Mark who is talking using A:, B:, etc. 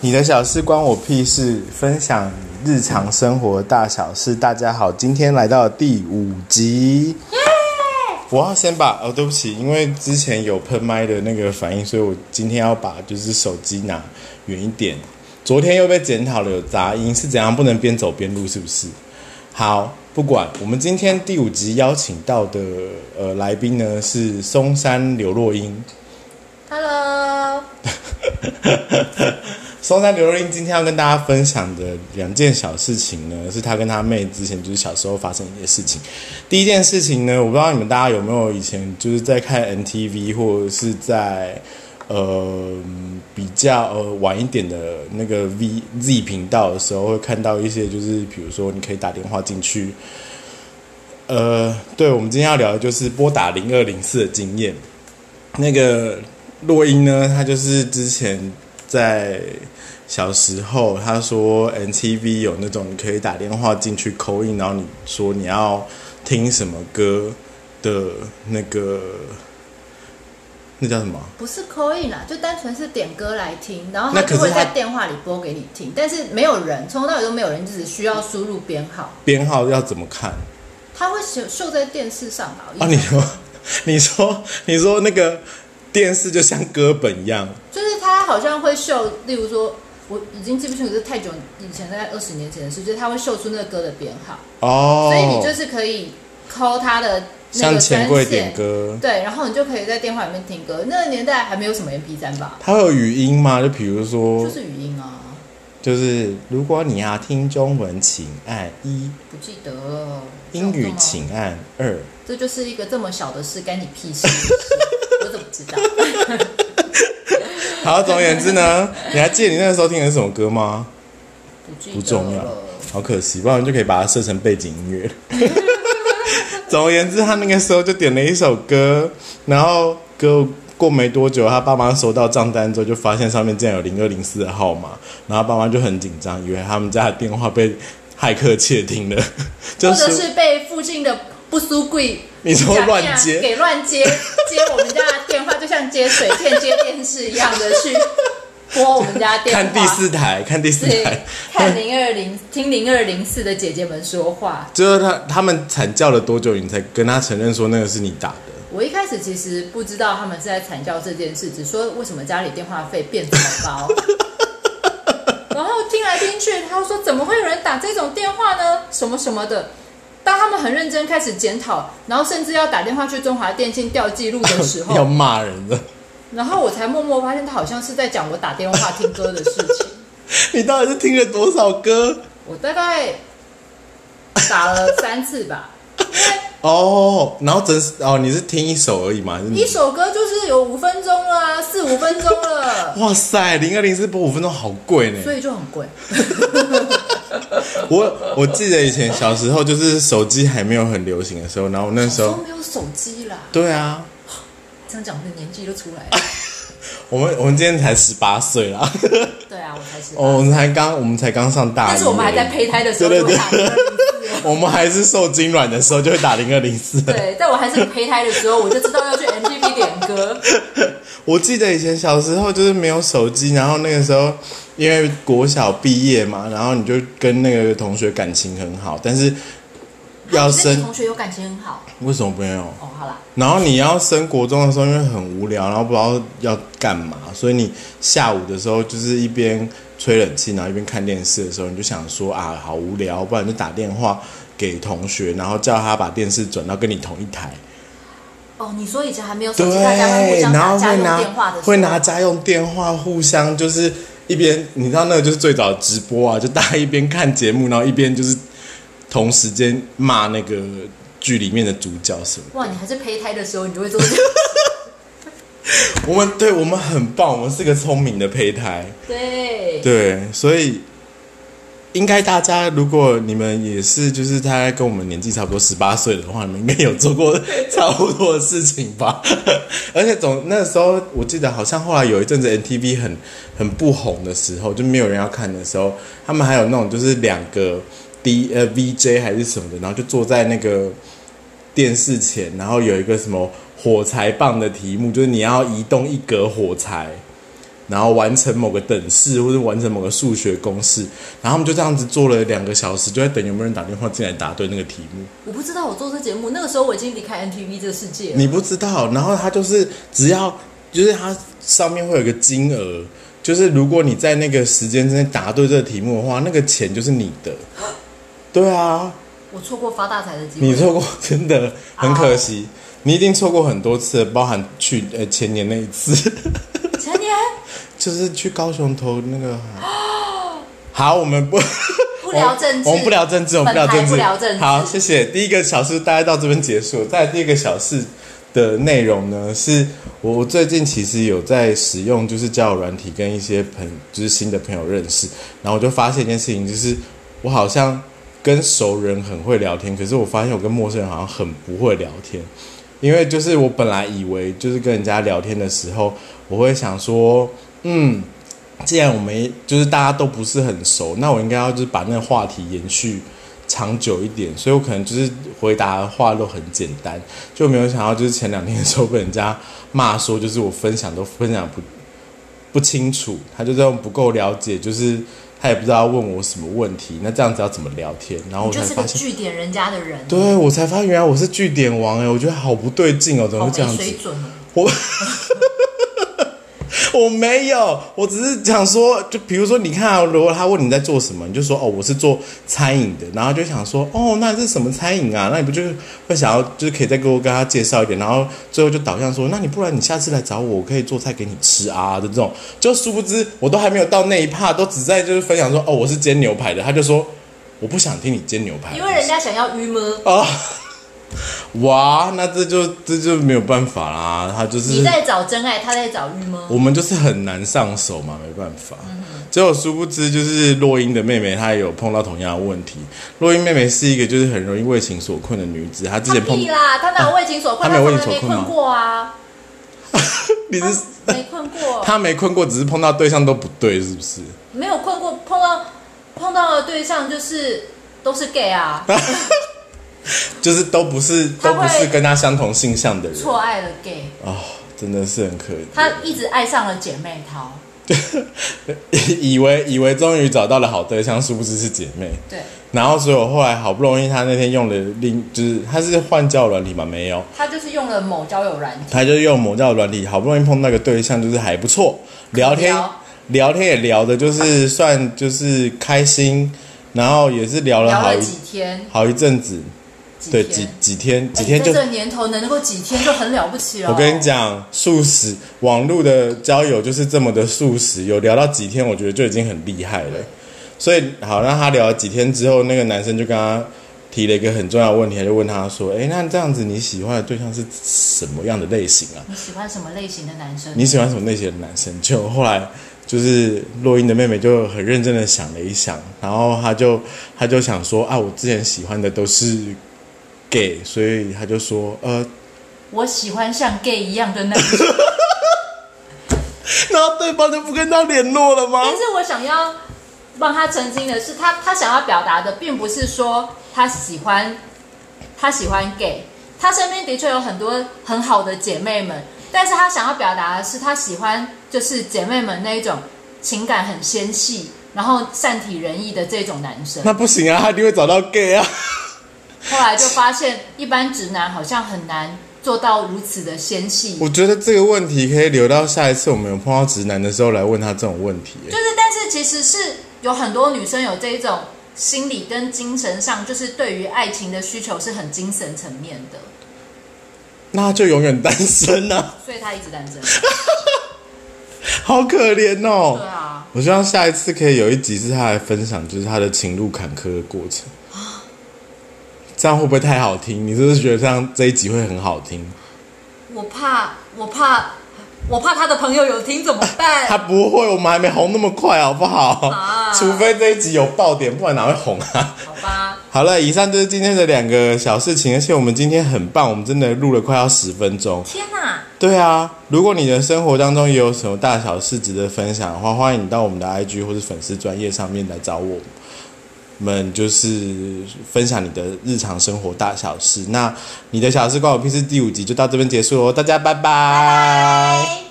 A: 你的小事关我屁事，分享日常生活大小事。大家好，今天来到第五集。我要先把哦，对不起，因为之前有喷麦的那个反应，所以我今天要把就是手机拿远一点。昨天又被检讨了，有杂音是怎样？不能边走边录是不是？好，不管。我们今天第五集邀请到的呃来宾呢是松山刘若英。
B: Hello，
A: 松山刘若英今天要跟大家分享的两件小事情呢，是她跟她妹之前就是小时候发生的一些事情。第一件事情呢，我不知道你们大家有没有以前就是在看 NTV 或者是在呃比较呃晚一点的那个 V Z 频道的时候，会看到一些就是比如说你可以打电话进去，呃，对，我们今天要聊的就是拨打零二零四的经验。那个洛英呢，她就是之前在小时候，她说 NTV 有那种你可以打电话进去扣印，然后你说你要听什么歌的那个，那叫什么？
B: 不是 call in 啦，就单纯是点歌来听，然后
A: 那
B: 他
A: 可是
B: 就会在
A: 他
B: 电话里播给你听，但是没有人，从头到尾都没有人，就只需要输入编号，
A: 编号要怎么看？
B: 他会秀秀在电视上吧？
A: 啊，
B: 我
A: 你
B: 印象
A: 说，你说，你说那个电视就像歌本一样，
B: 就是他好像会秀，例如说，我已经记不清楚，这太久以前，大概二十年前的事，就是他会秀出那个歌的编号，
A: 哦，
B: 所以你就是可以 call 他的那
A: 像
B: 个
A: 钱
B: 专
A: 柜点
B: 线，
A: 歌，
B: 对，然后你就可以在电话里面听歌。那个年代还没有什么 MP 3吧，
A: 它会有语音吗？就比如说，
B: 就是语音啊，
A: 就是如果你要听中文，请按一；
B: 不记得了
A: 英
B: 这
A: 语
B: 种吗
A: 请按二。
B: 这就是一个这么小的事，干你屁事！ 我怎么知道？
A: 好，总而言之呢，你还记得你那个时候听的是什么歌吗？
B: 不记得
A: 不重要
B: 了，
A: 好可惜，不然就可以把它设成背景音乐 了。总而言之，他那个时候就点了一首歌，然后歌过没多久，他爸妈收到账单之后，就发现上面竟然有零二零四的号码，然后爸妈就很紧张，以为他们家的电话被骇客窃听了，就
B: 或者是被附近的不苏贵
A: 你说乱接
B: 给乱接接我们家的电话，就像接水电接电视一样的去拨我们家电话，
A: 看第四台，看第四
B: 对
A: 台，
B: 看零二零听零二零四的姐姐们说话。
A: 就是他他们惨叫了多久，你才跟他承认说那个是你打的？
B: 我一开始其实不知道他们是在惨叫这件事，只说为什么家里电话费变这么 高。然后听来听去，他说怎么会有人打这种电话呢？什么什么的。当他们很认真开始检讨，然后甚至要打电话去中华电信调记录的时
A: 要
B: 候，
A: 骂人的，
B: 然后我才默默发现他好像是在讲我打电话听歌的事 情。
A: 你到底是听了多少歌？
B: 我大概打了三次吧，
A: 哦，然后整哦，你是听一首而已嘛？还是你
B: 一首歌就是有五分钟啦，四五分钟了，
A: 哇塞，零二零四播五分钟好贵呢
B: 所！以就很贵。
A: 我我记得以前小时候就是手机还没有很流行的时候，然后我那时
B: 都
A: 候
B: 没有手机啦，
A: 对啊，
B: 这样讲我的年纪就出来了。
A: 我们我们今天才十八岁啦，
B: 对啊，我才是。
A: 哦，我们才刚我们才刚上大一而已，
B: 但是我们还在胚胎的时候
A: 对
B: 就
A: 对对
B: 会打零二零四。
A: 我们还是受精卵的时候就会打零二零四。
B: 对，在我还是胚胎的时候，我就知道要去 MTV 点歌。
A: 我记得以前小时候就是没有手机，然后那个时候因为国小毕业嘛，然后你就跟那个同学感情很好，但是要
B: 那你
A: 升
B: 同学有感情很好
A: 为什么没有？
B: 哦，好啦，
A: 然后你要升国中的时候，因为很无聊，然后不知道要干嘛，所以你下午的时候就是一边吹冷气，然后一边看电视的时候，你就想说啊，好无聊，不然就打电话给同学，然后叫他把电视转到跟你同一台。
B: 哦，你说以前还没有手机，大家会互
A: 对，
B: 相
A: 然后
B: 打家
A: 会
B: 用
A: 拿
B: 电话的时候，
A: 会拿家用电话互相就是一边，你知道那个就是最早的直播啊，就大家一边看节目，然后一边就是同时间骂那个剧里面的主角什么。
B: 哇，你还是胚胎的时候，你就会做这 个。
A: 我们对我们很棒，我们是个聪明的胚胎，
B: 对，
A: 对，所以。应该大家，如果你们也是，就是大概跟我们年纪差不多十八岁的话，你们应该有做过差不多的事情吧。 而且总那时候，我记得好像后来有一阵子 NTV 很很不红的时候，就没有人要看的时候，他们还有那种就是两个 D 呃 VJ 还是什么的，然后就坐在那个电视前，然后有一个什么火柴棒的题目，就是你要移动一格火柴。然后完成某个等式或者完成某个数学公式，然后他们就这样子做了两个小时，就在等有没有人打电话进来答对那个题目。
B: 我不知道我做这节目，那个时候我已经离开 NTV 这个世界了。
A: 你不知道，然后他就是只要就是它上面会有一个金额，就是如果你在那个时间之内答对这个题目的话，那个钱就是你的。对啊，
B: 我错过发大财的机
A: 你
B: 会。
A: 错过真的很可惜，你一定错过很多次，包含去呃前年那一次，
B: 前年
A: 就是去高雄投那个。好，我们不
B: 不聊政治，
A: 我们不聊政治，我们不聊政治，
B: 本台不聊政治
A: 好，谢谢。第一个小事大概到这边结束，在第二个小事的内容呢，是我我最近其实有在使用，就是交友软体跟一些朋，就是新的朋友认识，然后我就发现一件事情，就是我好像跟熟人很会聊天，可是我发现我跟陌生人好像很不会聊天，因为就是我本来以为就是跟人家聊天的时候，我会想说，嗯。既然我们就是大家都不是很熟，那我应该要就是把那个话题延续长久一点，所以我可能就是回答的话都很简单，就没有想到就是前两天的时候被人家骂说，就是我分享都分享不不清楚，他就这样不够了解，就是他也不知道问我什么问题，那这样子要怎么聊天？然后
B: 你
A: 我才
B: 就是
A: 发
B: 个
A: 现，
B: 据点人家的人，
A: 对我才发现原来我是据点王哎、我觉得好不对劲哦，怎么
B: 好
A: 会这样
B: 没
A: 子
B: 水？准哦。
A: 我没有，我只是想说，就比如说，你看、啊，如果他问你在做什么，你就说哦，我是做餐饮的，然后就想说哦，那是什么餐饮啊？那你不就是会想要，就是可以再给我跟他介绍一点，然后最后就导向说，那你不然你下次来找我，我可以做菜给你吃啊的这种。就殊不知，我都还没有到那一趴，都只在就是分享说哦，我是煎牛排的，他就说我不想听你煎牛排，
B: 因为人家想要鱼么？
A: 啊。哇，那这就这就没有办法啦，他就是
B: 你在找真爱，他在找鱼么？
A: 嗯我们就是很难上手嘛，没办法。结果殊不知，就是洛英的妹妹，她也有碰到同样的问题。洛英妹妹是一个就是很容易为情所困的女子，她之
B: 他
A: 前碰，
B: 屁啦，他哪有为情所困？
A: 啊他没有为
B: 从
A: 情所
B: 来没
A: 困吗
B: 困过啊，
A: 你
B: 他
A: 是
B: 没困过，
A: 她没困过，只是碰到对象都不对，是不是？
B: 没有困过，碰到碰到的对象就是都是 gay 啊，
A: 就是都不是
B: 她
A: 都
B: 会
A: 不是跟她相同性向的人啊、
B: 错爱了 gay，
A: 真的是很可怜。
B: 他一直爱上了姐妹淘，
A: 以为以为终于找到了好对象，殊不知是姐妹。
B: 对
A: 然后，所以我后来好不容易，她那天用了另就是她是换教软体吗？没有，
B: 他就是用了某交友软件，
A: 他就用某教软体，好不容易碰到一个对象，就是还不错，聊天
B: 聊
A: 聊天也聊的，就是算就是开心，然后也是聊了
B: 聊
A: 好
B: 了
A: 一
B: 几天，
A: 好一阵子，
B: 几
A: 对
B: 天，
A: 几几天几
B: 哎
A: 天就
B: 在这个年头能够几天就很了不起了。
A: 我跟你，讲，素食网络的交友就是这么的素食，有聊到几天，我觉得就已经很厉害了。所以好，让他聊了几天之后，那个男生就跟他提了一个很重要的问题，他就问他说：“哎，那这样子你喜欢的对象是什么样的类型啊？”
B: 你喜欢什么类型的男生？
A: 你喜欢什么类型的男生？就后来就是洛英的妹妹就很认真的想了一想，然后她就她就想说啊，我之前喜欢的都是 gay，所以她就说呃，
B: 我喜欢像 gay 一样的男生，
A: 然后对方就不跟她联络了吗
B: 但是我想要帮他澄清的是，他他想要表达的并不是说他喜欢他喜欢 gay，他身边的确有很多很好的姐妹们，但是他想要表达的是他喜欢就是姐妹们那一种情感很纤细，然后善体人意的这种男生。
A: 那不行啊，她一定会找到 gay 啊。
B: 后来就发现，一般直男好像很难做到如此的纤细。
A: 我觉得这个问题可以留到下一次我们有碰到直男的时候来问他这种问题、欸
B: 就是，但是其实是有很多女生有这一种心理跟精神上，就是对于爱情的需求是很精神层面的，
A: 那她就永远单身啊，
B: 所以她一直单身。
A: 好可怜哦。
B: 对啊，
A: 我希望下一次可以有一集是他来分享，就是他的情路坎坷的过程。这样会不会太好听？你是不是觉得这样这一集会很好听？
B: 我怕，我怕，我怕她的朋友有听怎么
A: 他
B: 办？
A: 不会，我们还没红那么快，好不好？
B: 哎啊
A: 除非这一集有爆点，不然哪会红啊？
B: 好吧，
A: 好了，以上就是今天的两个小事情，而且我们今天很棒，我们真的录了快要十分钟。
B: 天哪、
A: 对啊，如果你的生活当中也有什么大小事值得分享的话，欢迎你到我们的 IG 或是粉丝专业上面来找我们，就是分享你的日常生活大小事。那你的小事关我屁事第五集就到这边结束喽，大家拜拜
B: 拜。